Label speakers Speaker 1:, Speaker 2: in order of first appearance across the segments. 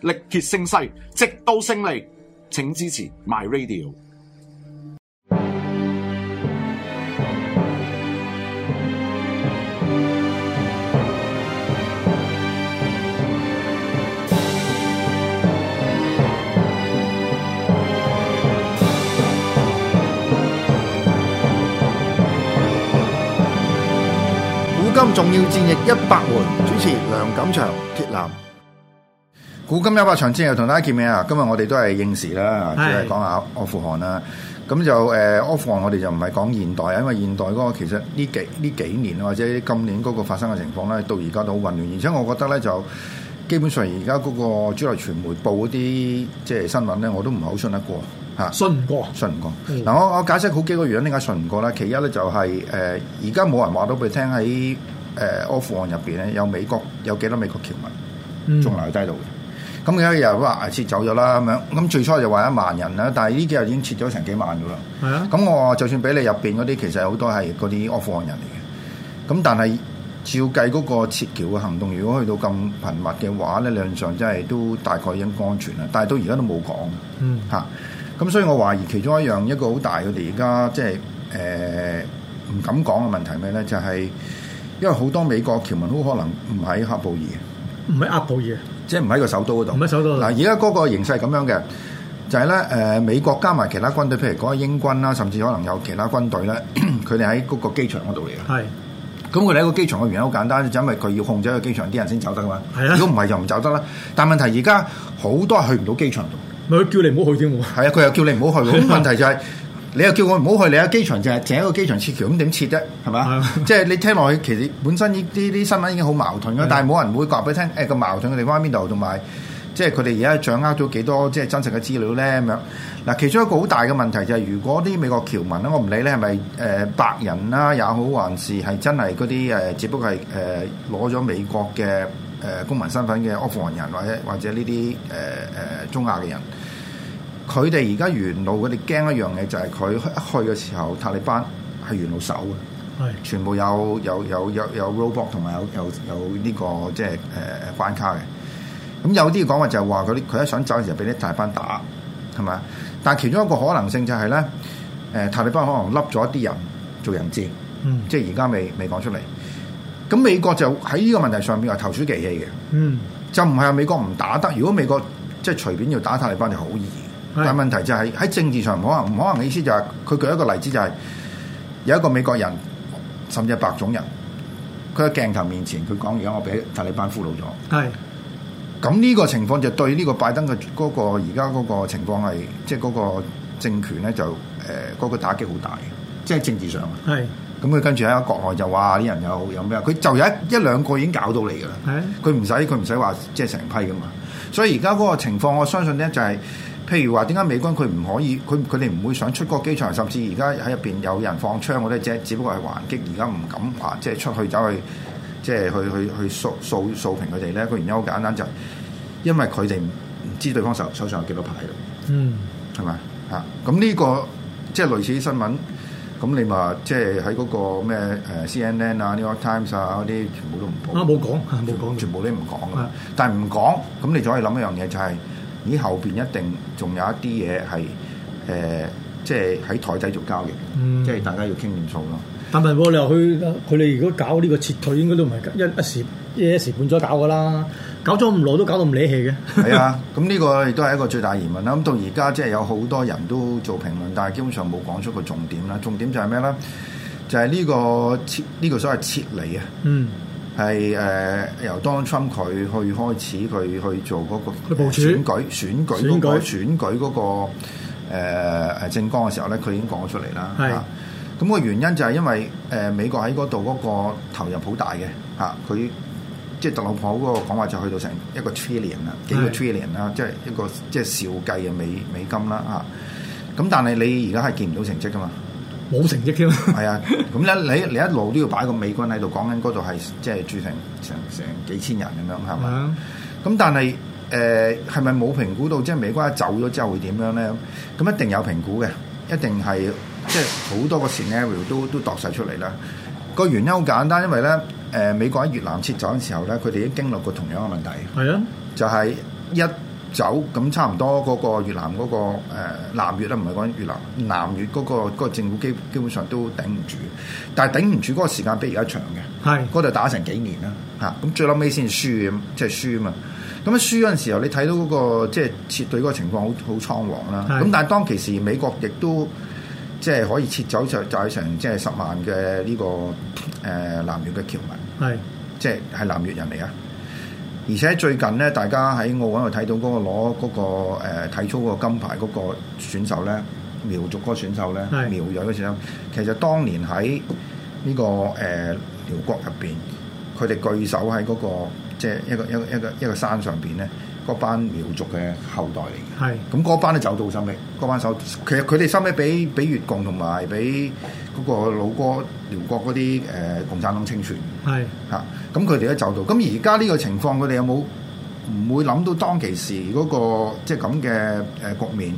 Speaker 1: 力竭聲勢，直到勝利。請支持 My Radio。
Speaker 2: 古今重要戰役一百回，主持梁錦祥、鐵男。古今一百場戰役又同大家見面啊！今日我哋都係應時啦，主要係
Speaker 3: 係
Speaker 2: 講下阿富汗啦。咁就誒、呃阿富汗我哋就唔係講現代啊，因為現代嗰個其實呢幾呢幾年或者今年嗰個發生嘅情況咧，到而家都好混亂。而且我覺得咧就基本上而家嗰個主流傳媒報嗰啲即係新聞咧，我都唔係好信得過嚇。
Speaker 3: 信唔過。
Speaker 2: 信唔過。
Speaker 3: 嗯
Speaker 2: 嗱、我我解釋好幾個原因點解信唔過啦。其一咧就係、誒，而家冇人話到俾你聽喺誒阿富汗入邊咧有美國有幾多美國僑民
Speaker 3: 嗯
Speaker 2: 仲留低度嘅。咁而家又話啊撤走咗啦咁樣，咁最初就話一萬人啦，但係呢幾日已經撤咗成幾萬噶啦。
Speaker 3: 係啊，
Speaker 2: 咁我話就算俾你入邊嗰啲，其實好多係嗰啲阿富汗人嚟嘅。咁但係照計嗰個撤僑嘅行動，如果去到咁頻密嘅話咧，理論上真係都大概已經安全啦。但係到而家都冇講。
Speaker 3: 嗯
Speaker 2: 嚇。咁、所以我懷疑其中一樣一個好大佢哋而家即係誒唔敢講嘅問題咩咧？就係、因為好多美國僑民好可能唔喺喀布爾嘅。
Speaker 3: 唔係呃布嘢，
Speaker 2: 即係唔喺個首都嗰度。
Speaker 3: 唔喺首都嗰度
Speaker 2: 嗱，而家嗰個形勢係咁樣嘅，就係咧誒美國加埋其他軍隊，譬如講英軍啦，甚至可能有其他軍隊咧， 佢哋喺嗰個機場嗰度嚟嘅。
Speaker 3: 係
Speaker 2: 咁佢哋喺個機場嘅原因好簡單，就因為佢要控制個機場啲人先走得㗎嘛。
Speaker 3: 係啊
Speaker 2: 如果唔係就唔走得啦。但問題而家好多係去唔到機場度。
Speaker 3: 咪佢叫你唔好去添喎。
Speaker 2: 係啊，佢又叫你唔好去 喎。咁問題就係、你又叫我唔好去，你喺機場就係淨係一個機場撤僑，咁點撤啫？係
Speaker 3: 係
Speaker 2: 嘛
Speaker 3: 啊？
Speaker 2: 即係你聽落去，其實本身呢啲啲新聞已經好矛盾嘅
Speaker 3: 係，啊
Speaker 2: 但係冇人會話俾你聽，誒、個矛盾嘅地方喺邊度，同埋即係佢哋而家掌握咗幾多即係真實嘅資料咧咁樣。嗱，其中一個好大嘅問題就係、如果啲美國僑民咧，我唔理咧係咪誒白人啦，也好還是係真係嗰啲誒，只不過係誒攞咗美國嘅誒、公民身份嘅阿富汗人，或者或者呢啲誒誒中亞嘅人。佢哋而家沿路佢哋驚一樣嘢，就係佢一去嘅時候，塔利班係沿路守嘅，
Speaker 3: 係
Speaker 2: 全部有有有有有 roadblock 同埋有有有呢、個即係誒誒關卡嘅。咁有啲講話就係話佢啲佢一想走嘅時候，俾啲塔利班打，係咪啊？但係其中一個可能性就係、咧，誒塔利班可能笠咗一啲人做人質，
Speaker 3: 嗯
Speaker 2: 即係而家未未講出嚟。咁美國就喺呢個問題上面係投鼠忌器嘅。
Speaker 3: 嗯
Speaker 2: 就唔係話美國唔打得，如果美國即係隨便要打塔利班就好易，
Speaker 3: 係
Speaker 2: 但係問題就係喺政治上唔可能，唔可能嘅意思就係、佢舉一個例子就係、有一個美國人，甚至係白種人，佢喺鏡頭面前佢講而家我俾塔利班俘虜咗，
Speaker 3: 係
Speaker 2: 咁呢個情況就對呢個拜登嘅嗰、個而家嗰個情況係即係嗰個政權咧就誒嗰、個打擊好大嘅，即係政治上啊。
Speaker 3: 係
Speaker 2: 咁佢跟住喺國內就話啲人有有咩啊，佢就有一一兩個已經搞到你㗎啦。
Speaker 3: 係
Speaker 2: 佢唔使佢唔使話即係成批噶嘛。所以而家嗰個情況，我相信咧就係、譬如話點解美軍佢唔可以，佢佢哋唔會想出嗰個機場，甚至而家喺入邊有人放槍嗰啲，只只不過係還擊，而家唔敢話即係出去走去即係去去去掃掃掃平佢哋咧。個原因好簡單，就係、因為佢哋唔唔知對方手手上有幾多牌咯。
Speaker 3: 嗯
Speaker 2: 係咪啊？咁呢、個即係類似啲新聞，咁你咪即係喺嗰個咩誒 CNN 啊、New York Times 啊嗰啲，全部都唔報。
Speaker 3: 啊冇講啊冇講
Speaker 2: 全部你唔講㗎
Speaker 3: 啊。
Speaker 2: 但係唔講，咁你就可以諗一樣嘢，就係、咦後邊一定仲有一啲嘢係誒，即係喺台底做交易，
Speaker 3: 嗯
Speaker 2: 即係大家要傾掂數咯。
Speaker 3: 但係喎，你話佢佢哋如果搞呢個撤退，應該都唔係一一時一時半咗搞噶啦，搞咗咁耐都搞到唔理氣嘅。
Speaker 2: 係啊，咁呢個亦都係一個最大疑問啦。咁到而家即係有好多人都做評論，但係基本上冇講出個重點啦。重點就係咩咧？就係、呢、個撤呢、個所謂撤離啊，
Speaker 3: 嗯，
Speaker 2: 係誒、呃由 Donald Trump 佢去開始佢去做嗰、個呃
Speaker 3: 佢部署
Speaker 2: 選舉選舉嗰、
Speaker 3: 選
Speaker 2: 個
Speaker 3: 舉
Speaker 2: 選舉嗰、個誒、呃、政綱嘅時候咧，佢已經講咗出嚟啦。
Speaker 3: 係
Speaker 2: 啊咁、個原因就係因為誒、呃美國喺嗰度嗰個投入好大嘅嚇，佢、即係特朗普嗰個講話就去到成一個 trillion 啦，幾個
Speaker 3: 係
Speaker 2: trillion 啦，即係一個即係兆計嘅美美金啦嚇。咁但係你而家係見唔到成績噶嘛？
Speaker 3: 冇成績添。
Speaker 2: 係啊，咁咧你你一路都要擺個美軍喺度講緊嗰度係即係住成成成幾千人咁樣係咪？
Speaker 3: 啊
Speaker 2: 咁但係誒係咪冇評估到即係美軍一走咗之後會點樣咧？咁一定有評估嘅，一定係即係好多個 scenario 都都度晒出嚟啦。個原因好簡單，因為咧誒、美國喺越南撤走嘅時候咧，佢哋已經經歷過同樣嘅問題，
Speaker 3: 係啊，
Speaker 2: 就 係、一走咁差唔多嗰個越南嗰、個、呃、南越啦，唔係講越南南越嗰、個嗰個政府基基本上都頂唔住，但係頂唔住嗰個時間比而家長嘅。
Speaker 3: 係
Speaker 2: 嗰度打成幾年啦，嚇咁最嬲尾先輸咁，即係輸嘛。咁啊輸嗰陣時候，你睇到嗰、個即係撤退嗰個情況好好倉皇啦。
Speaker 3: 係
Speaker 2: 咁但係當其時美國亦都即係可以撤走就就係成即係十萬嘅呢、個誒、呃南越嘅僑民，
Speaker 3: 係
Speaker 2: 即係係南越人嚟啊。而且最近咧，大家喺奧運度睇到嗰、個攞嗰、個、呃、體操個金牌嗰個選手咧，苗族嗰個選手咧，
Speaker 3: 係
Speaker 2: 苗裔嗰個選手，其實當年喺呢、個誒、呃、遼國入邊，佢哋據守喺嗰、個即係一個一個一個一個山上邊咧，嗰班苗族嘅後代嚟嘅。
Speaker 3: 係
Speaker 2: 咁嗰班咧走到收尾，嗰班手其實佢哋收尾俾俾越共同埋俾嗰個老哥遼國嗰啲誒呃共產黨清算
Speaker 3: 係
Speaker 2: 嚇，咁佢哋都走到。咁而家呢個情況，佢哋有冇唔會諗到當其時嗰、個即係咁嘅誒局面，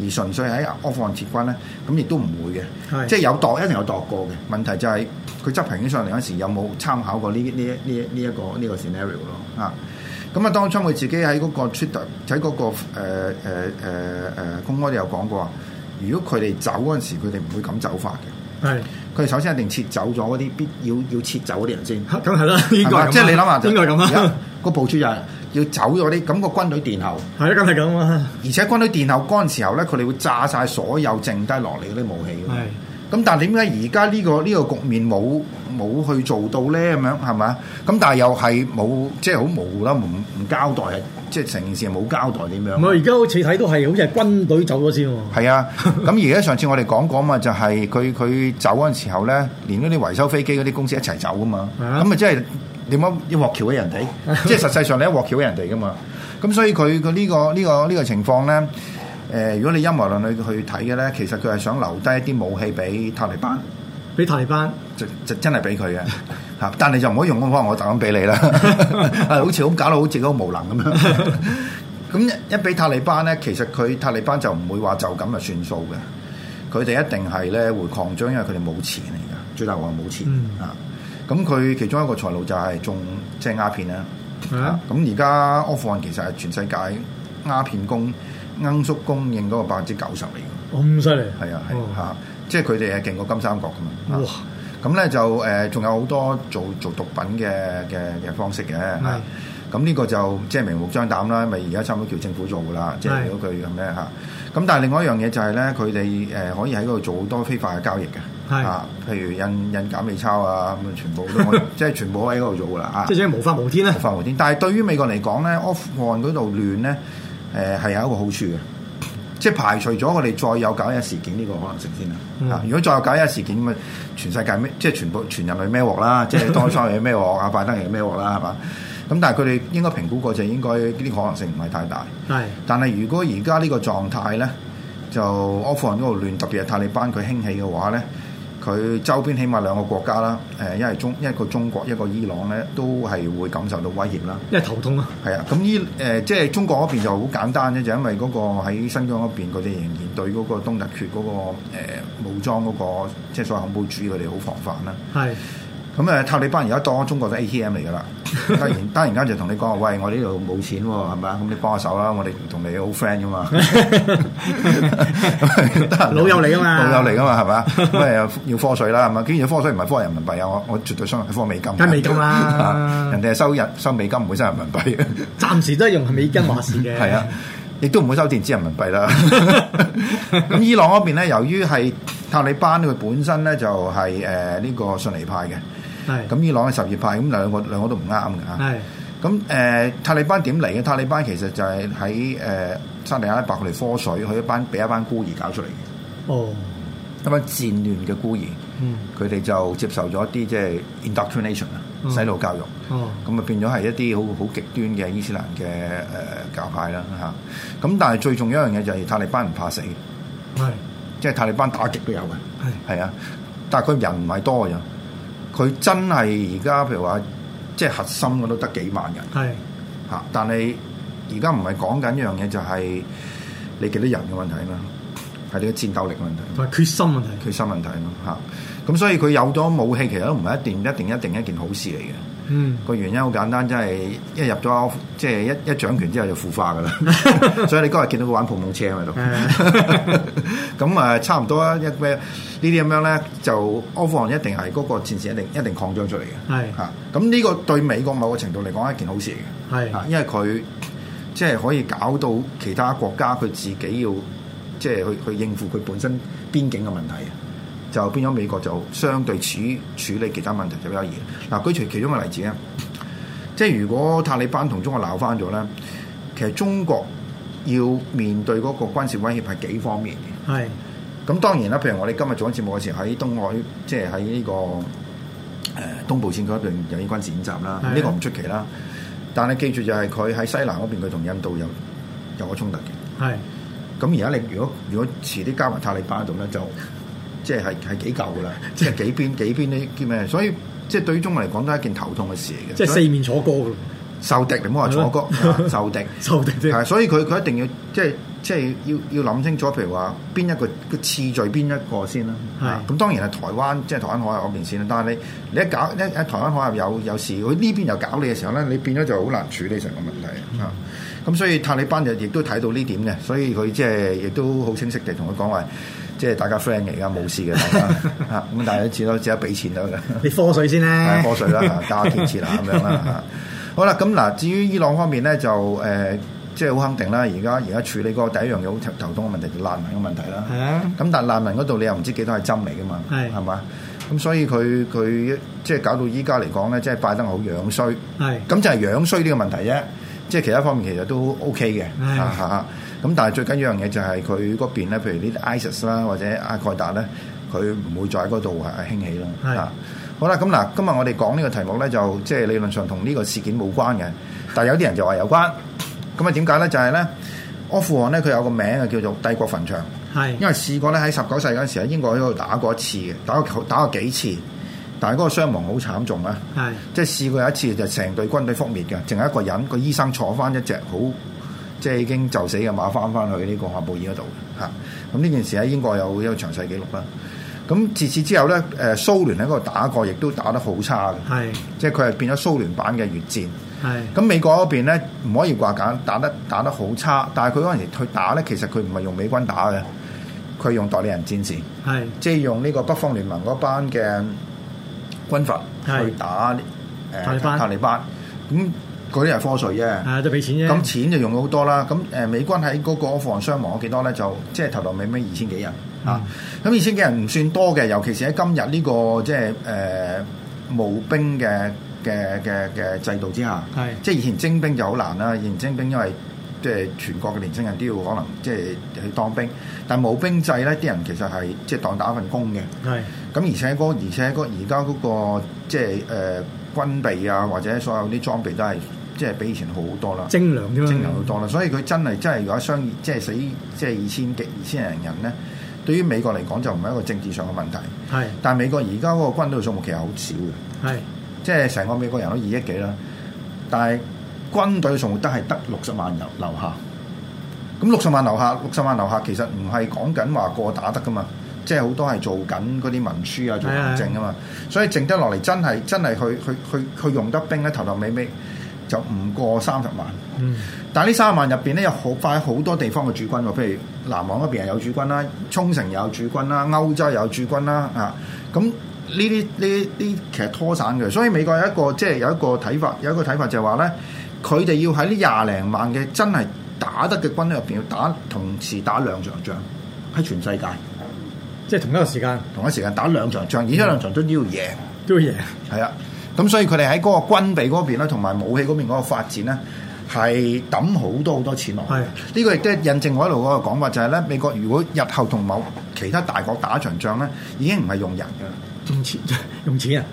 Speaker 2: 而純粹喺阿富汗撤軍咧？咁亦都唔會嘅。
Speaker 3: 係
Speaker 2: 即係有度，一定有度過嘅。問題就係佢執行起上嚟嗰時有冇參考過呢呢呢呢呢一個呢、個 scenario 咯啊。咁啊，當初佢自己喺嗰個 Twitter 喺嗰、個誒誒誒誒公開都有講過話，如果佢哋走嗰陣時，佢哋唔會咁走法嘅。
Speaker 3: 係，
Speaker 2: 佢哋首先一定撤走咗嗰啲必要要撤走嗰啲人先。
Speaker 3: 梗係啦，應
Speaker 2: 係嘛
Speaker 3: 該係咁啊
Speaker 2: 即係你諗下就，
Speaker 3: 應該係咁
Speaker 2: 而家
Speaker 3: 啦，
Speaker 2: 個部署就係要走咗啲，咁、個軍隊殿後。
Speaker 3: 係啊，梗係咁啊，
Speaker 2: 而且軍隊殿後嗰陣時候咧，佢哋會炸晒所有剩低落嚟嗰啲武器㗎嘛
Speaker 3: 係
Speaker 2: 咁但係點解而家呢個呢、個局面冇冇去做到咧？咁樣係咪？咁但係又係冇，即係好模糊啦，唔唔交代，即係成件事係冇交代點
Speaker 3: 唔係
Speaker 2: 樣。啊
Speaker 3: 而家好似睇到係好似係軍隊走咗先喎，
Speaker 2: 係啊，咁而家上次我哋講過啊嘛，就係佢佢走嗰陣時候咧，連嗰啲維修飛機嗰啲公司一齊走噶嘛，
Speaker 3: 係啊
Speaker 2: 咁咪即係點解一鑊橋俾人哋？即係實際上你一鑊橋俾人哋噶嘛。咁所以佢佢呢個呢、個呢、個情況咧，誒、如果你陰謀論去去睇嘅咧，其實佢係想留低一啲武器俾塔利班。
Speaker 3: 俾塔利班
Speaker 2: 就就真係俾佢嘅 嚇，但係就唔可以用嗰方我特咁俾你 啦，係好似好搞到好似好無能咁樣。咁一一俾塔利班咧，其實佢塔利班就唔會話就咁就算數嘅，佢哋一定係咧會擴張，因為佢哋冇錢嚟㗎，最大鑊係冇錢
Speaker 3: 嗯
Speaker 2: 啊。咁佢其中一個財路就係種即係鴉片啦。
Speaker 3: 係啊，
Speaker 2: 咁而家阿富汗其實係全世界鴉片供罌粟供應嗰個百分之九十嚟㗎。
Speaker 3: 哦咁犀利，
Speaker 2: 係啊，
Speaker 3: 哦
Speaker 2: 係嚇，即係佢哋係勁過金三角噶嘛。
Speaker 3: 哇
Speaker 2: 啊咁咧就誒，仲有好多做做毒品嘅嘅嘅方式嘅。嚇咁呢個就即係明目張膽啦，咪而家差唔多叫政府做噶啦。即係
Speaker 3: 係
Speaker 2: 如果佢咁咧嚇，咁但係另外一樣嘢就係咧，佢哋誒呃可以喺嗰度做好多非法嘅交易嘅。
Speaker 3: 係
Speaker 2: 啊，譬如印印假美鈔啊，咁全部都可以即係全部喺嗰度做噶啦啊
Speaker 3: 即係即係無法無天咧，
Speaker 2: 範圍天。但係對於美國嚟講咧，阿富汗嗰度亂咧，誒、係有一個好處嘅，即係排除咗我哋再有九一一事件呢個可能性先啦。
Speaker 3: 嗯
Speaker 2: 啊如果再有九一一事件咁啊，全世界咩即係全部全人類孭鑊啦，即係當初嘢孭鑊，阿拜登嘢孭鑊啦，係嘛？咁但係佢哋應該評估過就應該呢個可能性唔係太大。
Speaker 3: 係
Speaker 2: 但係如果而家呢個狀態咧，就阿富汗嗰度亂，特別係塔利班佢興起嘅話咧，佢周邊起碼兩個國家啦，誒，一係中一個中國，一個伊朗咧，都係會感受到威脅啦。
Speaker 3: 因為頭痛啊，
Speaker 2: 係啊，咁呢誒即係中國嗰邊就好簡單啫，就因為嗰個喺新疆嗰邊，佢哋仍然對嗰個東突厥嗰、個、誒武裝嗰、個即係所謂恐怖主義，佢哋好防範啦。
Speaker 3: 係
Speaker 2: 咁誒塔利班而家當中國嘅 ATM 嚟㗎 啦，突然突然間就同你講話，喂，我呢度冇錢喎，係咪啊？咁你幫下手啦，我哋同你好 friend 㗎嘛， 得閒
Speaker 3: 老友嚟㗎嘛
Speaker 2: 老友嚟㗎嘛，係咪啊？咁誒要科水啦，係咪？既然科水唔係科人民幣啊，我我絕對相信係科美金，
Speaker 3: 梗係美金啦
Speaker 2: 啊 人哋係收日收美金，唔會收人民幣。
Speaker 3: 暫時都係用係美金話事嘅，
Speaker 2: 係啊，亦都唔會收電子人民幣 啦。咁伊朗嗰邊咧，由於係塔利班佢本身咧就係誒呢個遜尼派嘅，
Speaker 3: 係
Speaker 2: 咁伊啊朗係什葉派，咁兩個兩個都唔啱嘅
Speaker 3: 係
Speaker 2: 咁誒、塔利班點嚟嘅？塔利班其實就係喺誒沙地阿拉伯佢哋科水，佢一班俾一班孤兒搞出嚟嘅，
Speaker 3: 哦，
Speaker 2: 一班戰亂嘅孤兒，
Speaker 3: 嗯
Speaker 2: 佢哋就接受咗一啲即係 indoctrination 啊，洗腦教育。
Speaker 3: 哦，
Speaker 2: 咁啊變咗係一啲好好極端嘅伊斯蘭嘅誒、呃教派啦嚇。咁、但係最重要一樣嘢就係塔利班唔怕死，
Speaker 3: 係
Speaker 2: 即係塔利班打極都有嘅，
Speaker 3: 係
Speaker 2: 係啊。但係佢人唔係多嘅，佢真係而家譬如話即係核心嗰度得幾萬人
Speaker 3: 係
Speaker 2: 嚇、但係而家唔係講緊一樣嘢就係你幾多人嘅問題嘛，係你嘅戰鬥力問題。
Speaker 3: 同埋決心問題。
Speaker 2: 決心問題咯嚇，咁、所以佢有咗武器，其實都唔係一定一定一定一件好事嚟嘅。
Speaker 3: 嗯，
Speaker 2: 個原因好簡單，真係一入咗即係一一掌權之後就腐化噶啦， 所以你嗰日見到佢玩碰碰車喺度
Speaker 3: 係。
Speaker 2: 咁啊，差唔多一咩呢啲咁樣咧，就阿富汗一定係嗰個戰線一定一定擴張出嚟嘅。
Speaker 3: 係
Speaker 2: 嚇，咁呢個對美國某個程度嚟講係一件好事嚟嘅，
Speaker 3: 係
Speaker 2: 啊嚇，因為佢即係可以搞到其他國家佢自己要即係去去應付佢本身邊境嘅問題。啊就變咗美國就相對處處理其他問題就比較易。嗱，舉除其中嘅例子咧，即係如果塔利班同中國鬧翻咗咧，其實中國要面對嗰個軍事威脅係幾方面嘅。
Speaker 3: 係
Speaker 2: 咁當然啦，譬如我哋今日做緊節目嘅時候喺東海，即係喺呢個誒、呃、東部戰區嗰邊有啲軍事演習啦，
Speaker 3: 係啊
Speaker 2: 呢個唔出奇啦。但係記住就係佢喺西南嗰邊，佢同印度有有個衝突嘅。
Speaker 3: 係
Speaker 2: 咁而家你如果如果遲啲加埋塔利班喺度咧，就即係係係幾舊 噶啦，即係幾邊幾邊呢啲咩？所以即係對於中國嚟講都係一件頭痛嘅事嚟嘅。
Speaker 3: 即係
Speaker 2: 所以
Speaker 3: 四面楚歌㗎咯，
Speaker 2: 仇敵，你唔好話楚歌
Speaker 3: 係咯
Speaker 2: 啊仇敵。
Speaker 3: 仇敵
Speaker 2: 係，
Speaker 3: 啫。
Speaker 2: 所以佢佢一定要即係即係要要諗清楚，譬如話邊一個個次序邊一個先啦。
Speaker 3: 係
Speaker 2: 啊咁當然係台灣，即係台灣海峽嗰邊先啦。但係你你一搞一一台灣海峽有有事，佢呢邊又搞你嘅時候咧，你變咗就好難處理成個問題啊。咁所以塔利班就亦都睇到呢點嘅，所以佢即係亦都好清晰地同佢講話，即係大家 friend 嚟㗎，冇事嘅大家啊咁但係只咯，只係俾錢得㗎。
Speaker 3: 你科水先
Speaker 2: 係
Speaker 3: 咧，
Speaker 2: 科水 啦，嚇加建設啦咁樣啦嚇。好啦，咁嗱，至於伊朗方面咧，就誒、呃即係好肯定啦。而家而家處理嗰個第一樣嘢好頭頭痛嘅問題就難民嘅問題啦。
Speaker 3: 係啊，
Speaker 2: 咁但係難民嗰度你又唔知幾多係針嚟噶嘛，
Speaker 3: 係
Speaker 2: 係嘛？咁所以佢佢即係搞到依家嚟講咧，即係拜登好樣衰，
Speaker 3: 係
Speaker 2: 咁就係樣衰呢個問題啫。即係其他方面其實都 OK 嘅，
Speaker 3: 係
Speaker 2: 嚇嚇嚇咁但係最緊要一樣嘢就係佢嗰邊咧，譬如呢啲 ISIS 啦或者阿蓋達咧，佢唔會再喺嗰度係興起啦。
Speaker 3: 係
Speaker 2: 嚇好啦，咁嗱，今日我哋講呢個題目咧，就即係理論上同呢個事件冇關嘅，但係有啲人就話有關。咁啊點解咧？就係咧，阿富汗咧佢有個名啊叫做帝國墳場。因
Speaker 3: 係
Speaker 2: 為試過咧喺十九世紀嗰陣時喺英國喺度打過一次嘅，打過打過幾次，但係嗰個傷亡好慘重啊！
Speaker 3: 係
Speaker 2: 即係試過有一次就成隊軍隊覆滅嘅，淨係一個人個醫生坐翻一隻好即係已經就死嘅馬翻翻去呢個喀布爾嗰度嚇。咁呢件事喺英國有一個詳細記錄啦。咁自此之後咧，誒蘇聯喺嗰度打過，亦都打得好差嘅，
Speaker 3: 係
Speaker 2: 即係佢係變咗蘇聯版嘅越戰。
Speaker 3: 係
Speaker 2: 咁美國嗰邊咧唔可以話揀打得打得好差，但係佢嗰陣時去打咧，其實佢唔係用美軍打嘅，佢用代理人戰士，
Speaker 3: 係
Speaker 2: 即係用呢個北方聯盟嗰班嘅軍閥
Speaker 3: 係
Speaker 2: 去打誒、呃
Speaker 3: 塔利班
Speaker 2: 塔利班。咁嗰啲係科税啫。
Speaker 3: 啊係都俾錢啫。
Speaker 2: 咁錢就用咗好多啦。咁誒美軍喺嗰個阿富汗傷亡咗幾多咧？就即係頭頭尾尾二千幾人啊。
Speaker 3: 嗯
Speaker 2: 咁二千幾人唔算多嘅，尤其是喺今日呢、個即係誒募兵嘅嘅嘅嘅制度之下，
Speaker 3: 係
Speaker 2: 即係以前徵兵就好難啦。以前徵兵因為即係全國嘅年青人都要可能即係去當兵，但係募兵制咧，啲人其實係即係當打一份工嘅。
Speaker 3: 係
Speaker 2: 咁而且嗰而且嗰而家嗰個即係誒、呃、軍備啊，或者所有啲裝備都係即係比以前好好多啦。
Speaker 3: 精良啊啫嘛，
Speaker 2: 精良好多啦，所以佢真係真係如果商即係死即係二千幾二千人人咧，對於美國嚟講就唔係一個政治上嘅問題。
Speaker 3: 係
Speaker 2: 但係美國而家嗰個軍隊數目其實好少嘅，
Speaker 3: 係
Speaker 2: 即係成個美國人都二億幾啦，但係軍隊數目都係得六十萬樓樓下。咁六十萬樓下，六十萬樓下其實唔係講緊話個打得噶嘛，即係好多係做緊嗰啲文書啊，做行政啊嘛，所以剩得落嚟真係真係去去去去用得兵咧，頭頭尾尾就唔過三十萬。
Speaker 3: 嗯
Speaker 2: 但係呢三萬入邊咧，有好快好多地方嘅駐軍喎，譬如南韓嗰邊有駐軍啦，沖繩有駐軍啦，歐洲有駐軍啦，啊，咁呢啲呢啲呢啲其實拖散嘅，所以美國有一個即係有一個睇法，有一個睇法就係話咧，佢哋要喺呢廿零萬嘅真係打得嘅軍隊入邊要打同時打兩場仗，喺全世界
Speaker 3: 即係同一個時間
Speaker 2: 同一時間打兩場仗，而且兩場都要贏。
Speaker 3: 都要贏。
Speaker 2: 係啊，咁所以佢哋喺嗰個軍備嗰邊咧，同埋武器嗰邊嗰個發展咧，係抌好多好多錢落去。
Speaker 3: 係
Speaker 2: 呢個亦都係印證我一路嗰個講法，就係咧，美國如果日後同某其他大國打一場仗咧，已經唔係用人㗎啦，
Speaker 3: 用錢用 錢啊，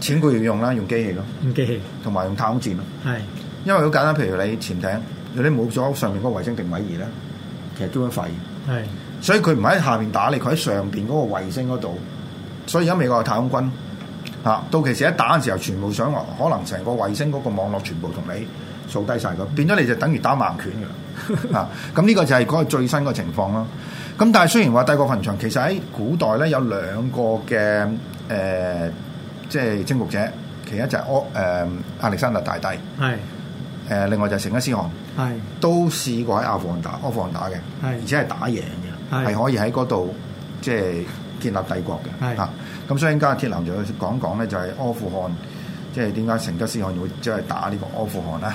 Speaker 2: 錢固要用啦，用機器咯，
Speaker 3: 用機器
Speaker 2: 同埋用太空戰咯。
Speaker 3: 係
Speaker 2: 因為好簡單，譬如你潛艇，你冇咗上面嗰個衛星定位儀咧，其實都會廢。
Speaker 3: 係
Speaker 2: 所以佢唔喺下面打你，佢喺上邊嗰個衛星嗰度。所以而家美國有太空軍啊，到其時一打嘅時候，全部想可能成個衛星嗰個網絡全部同你掃低晒佢，變咗你就等於打盲拳㗎啦。啊，咁呢個就係嗰個最新嘅情況啦。咁但係雖然話帝國墳場其實喺古代咧有兩個嘅誒、呃即係征服者，其一就係柯誒亞歷山大大帝，誒、
Speaker 3: 係
Speaker 2: 另外就係成吉思汗。
Speaker 3: 係
Speaker 2: 都試過喺阿富汗打阿富汗打嘅，而且係打贏嘅，係
Speaker 3: 係
Speaker 2: 可以喺嗰度即係建立帝國嘅。
Speaker 3: 係
Speaker 2: 嚇，咁所以而家鐵男就講講咧，就係阿富汗，即係點解成吉思汗會即係打呢個阿富汗啦？